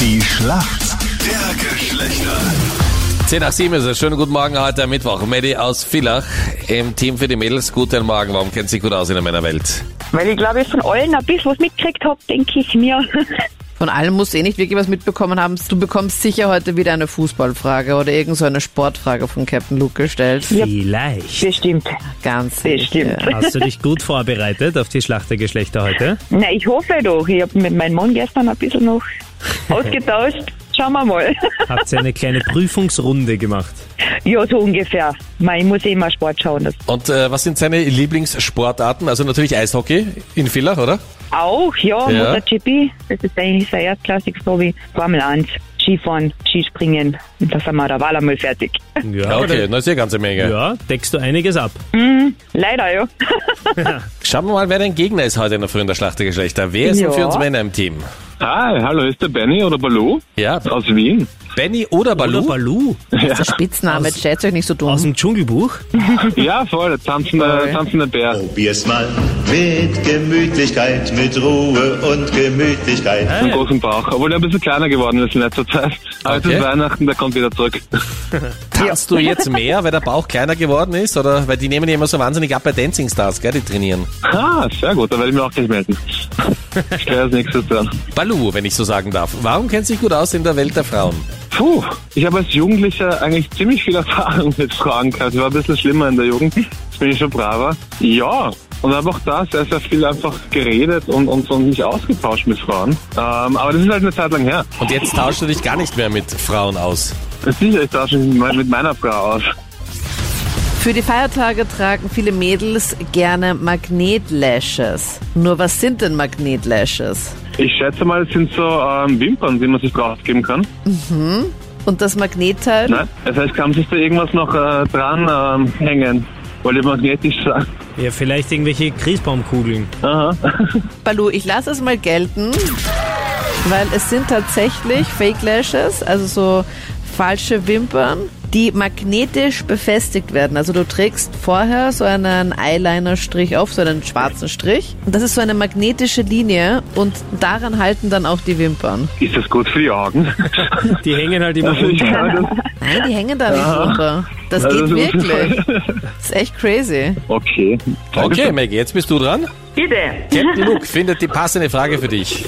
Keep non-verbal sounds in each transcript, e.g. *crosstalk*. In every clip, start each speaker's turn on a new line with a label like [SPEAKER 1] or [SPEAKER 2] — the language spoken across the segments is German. [SPEAKER 1] Die Schlacht der Geschlechter.
[SPEAKER 2] 10 nach 7 ist es. Schönen guten Morgen heute am Mittwoch. Maddie aus Villach im Team für die Mädels. Guten Morgen. Warum kennt sie gut aus in der Männerwelt?
[SPEAKER 3] Weil ich glaube, ich von allen ein bisschen was mitgekriegt habe, denke ich mir.
[SPEAKER 4] Von allem musst du eh nicht wirklich was mitbekommen haben. Du bekommst sicher heute wieder eine Fußballfrage oder irgend so eine Sportfrage von Captain Luke gestellt.
[SPEAKER 5] Vielleicht.
[SPEAKER 3] Bestimmt,
[SPEAKER 4] Ganz sicher.
[SPEAKER 3] bestimmt.
[SPEAKER 5] Hast du dich gut vorbereitet auf die Schlacht der Geschlechter heute?
[SPEAKER 3] Na, ich hoffe doch. Ich habe mit meinem Mann gestern ein bisschen noch ausgetauscht. Schauen wir mal. *laughs*
[SPEAKER 5] Habt ihr eine kleine Prüfungsrunde gemacht?
[SPEAKER 3] ja, so ungefähr. Man, ich muss eh immer Sport schauen. Das
[SPEAKER 2] Und äh, was sind seine Lieblingssportarten? Also natürlich Eishockey in Villach, oder?
[SPEAKER 3] auch, ja,
[SPEAKER 2] Ja.
[SPEAKER 3] MotoGP. Das ist eigentlich sein erstklassiges Hobby. Formel 1, Skifahren, Skispringen. Und da sind wir da war einmal fertig. *laughs*
[SPEAKER 5] Ja,
[SPEAKER 2] okay, na ist ja eine ganze Menge.
[SPEAKER 5] Ja, deckst du einiges ab.
[SPEAKER 3] Leider, ja.
[SPEAKER 2] Schauen wir mal, wer dein Gegner ist heute in der frühen der Schlacht der Geschlechter. Wer ist denn
[SPEAKER 3] Ja.
[SPEAKER 2] für uns Männer im Team?
[SPEAKER 6] Hi, hallo, ist der Benny oder Balu
[SPEAKER 2] Ja,
[SPEAKER 6] aus Wien?
[SPEAKER 2] Benny oder Balu?
[SPEAKER 5] Oder Balu
[SPEAKER 4] Der Also Spitzname, schätzt euch nicht so dumm.
[SPEAKER 5] aus dem Dschungelbuch.
[SPEAKER 6] Ja, voll, der tanzende, tanzende Bär.
[SPEAKER 7] Probier's mal mit Gemütlichkeit, mit Ruhe und Gemütlichkeit.
[SPEAKER 6] Mit großem Bauch. Obwohl er ein bisschen kleiner geworden ist in letzter Zeit. Aber es
[SPEAKER 2] Okay.
[SPEAKER 6] ist Weihnachten, der kommt wieder zurück.
[SPEAKER 2] Tanzt du jetzt mehr, weil der Bauch kleiner geworden ist? Oder weil die nehmen ja immer so wahnsinnig ab bei Dancing Stars, gell? Die trainieren.
[SPEAKER 6] Ah, sehr gut, da werde ich mich auch gleich melden. Ich werde als nächstes dran.
[SPEAKER 2] Balu, wenn ich so sagen darf. Warum kennt sich gut aus in der Welt der Frauen?
[SPEAKER 6] Puh, ich habe als Jugendlicher eigentlich ziemlich viel Erfahrung mit Frauen gehabt. Ich war ein bisschen schlimmer in der Jugend. Jetzt bin ich schon braver. Ja, und habe auch da sehr, sehr viel einfach geredet und, und, und mich ausgetauscht mit Frauen. Ähm, aber das ist halt eine Zeit lang her.
[SPEAKER 2] Und jetzt tauschst du dich gar nicht mehr mit Frauen aus.
[SPEAKER 6] Sicher, ich tausche mich mit mit meiner Frau aus.
[SPEAKER 4] Für die Feiertage tragen viele Mädels gerne Magnetlashes. Nur was sind denn Magnetlashes?
[SPEAKER 6] Ich schätze mal, es sind so ähm, Wimpern, die man sich draufgeben kann.
[SPEAKER 4] Und das Magnetteil?
[SPEAKER 6] Ne? Das heißt, kann man sich da irgendwas noch äh, dran ähm, hängen? Wollte ich magnetisch sagen.
[SPEAKER 5] Ja, vielleicht irgendwelche Christbaumkugeln.
[SPEAKER 6] Aha. *laughs*
[SPEAKER 4] Balu, ich lasse es mal gelten, weil es sind tatsächlich Fake Lashes, also so falsche Wimpern, die magnetisch befestigt werden. Also du trägst vorher so einen Eyeliner-Strich auf, so einen schwarzen Strich. Und das ist so eine magnetische Linie und daran halten dann auch die Wimpern.
[SPEAKER 6] Ist das gut für die Augen? *laughs*
[SPEAKER 5] Die hängen halt immer
[SPEAKER 6] Also ich
[SPEAKER 5] runter.
[SPEAKER 6] kann das,
[SPEAKER 4] Nein, die hängen da nicht runter. Das
[SPEAKER 6] also
[SPEAKER 4] geht
[SPEAKER 6] das ist-
[SPEAKER 4] wirklich. Das ist echt crazy.
[SPEAKER 6] Okay.
[SPEAKER 2] Okay, Maggie, jetzt bist du dran.
[SPEAKER 3] Bitte.
[SPEAKER 2] Captain Luke findet die passende Frage für dich.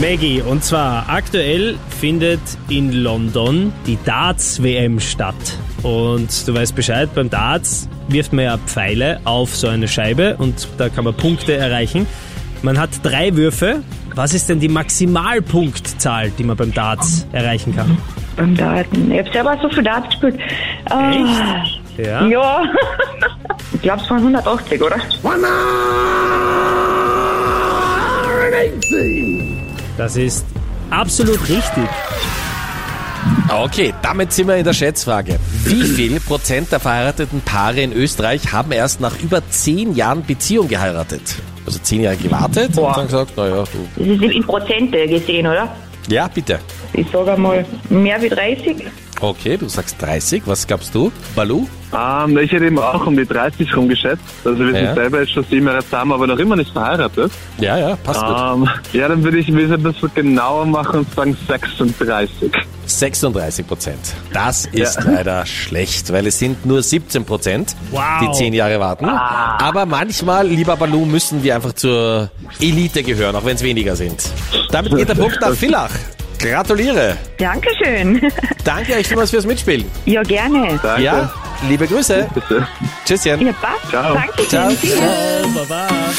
[SPEAKER 5] Maggie, und zwar aktuell findet in London die Darts-WM statt. Und du weißt Bescheid, beim Darts wirft man ja Pfeile auf so eine Scheibe und da kann man Punkte erreichen. Man hat drei Würfe. Was ist denn die Maximalpunktzahl, die man beim Darts erreichen kann?
[SPEAKER 3] Beim Daten. Ich habe selber so viel Daten gespielt. Ah,
[SPEAKER 5] Ja.
[SPEAKER 3] Ja. *laughs* ich glaube, es waren 180, oder?
[SPEAKER 5] Das ist absolut richtig.
[SPEAKER 2] Ah, Okay, damit sind wir in der Schätzfrage. Wie viel Prozent der verheirateten Paare in Österreich haben erst nach über zehn Jahren Beziehung geheiratet? Also zehn Jahre gewartet und dann gesagt, naja, du.
[SPEAKER 3] Das ist in Prozente gesehen, oder?
[SPEAKER 2] Ja, bitte.
[SPEAKER 3] Ich sage einmal mehr wie 30.
[SPEAKER 2] Okay, du sagst 30. Was glaubst du? Balu?
[SPEAKER 6] Ähm, ich hätte eben auch um die 30 rumgeschätzt. Also wir sind
[SPEAKER 2] Ja.
[SPEAKER 6] selber jetzt schon sieben Jahre zusammen, aber noch immer nicht verheiratet.
[SPEAKER 2] Ja, ja, passt gut.
[SPEAKER 6] Ähm, ja, dann würde ich ein bisschen das genauer machen und sagen 36.
[SPEAKER 2] 36 Prozent. Das ist leider schlecht, weil es sind nur 17 Prozent,
[SPEAKER 5] Wow.
[SPEAKER 2] die zehn Jahre warten.
[SPEAKER 6] Ah.
[SPEAKER 2] Aber manchmal, lieber Balu, müssen wir einfach zur Elite gehören, auch wenn es weniger sind. Damit geht der Punkt nach Villach. Gratuliere.
[SPEAKER 3] Dankeschön. *laughs*
[SPEAKER 2] Danke euch vielmals fürs Mitspielen.
[SPEAKER 3] Ja, gerne.
[SPEAKER 6] Danke.
[SPEAKER 2] Ja, liebe Grüße.
[SPEAKER 6] Bitte.
[SPEAKER 2] Tschüsschen.
[SPEAKER 3] Ja, passt.
[SPEAKER 6] Ciao.
[SPEAKER 3] Dankeschön.
[SPEAKER 2] Ciao.
[SPEAKER 5] Oh, Baba.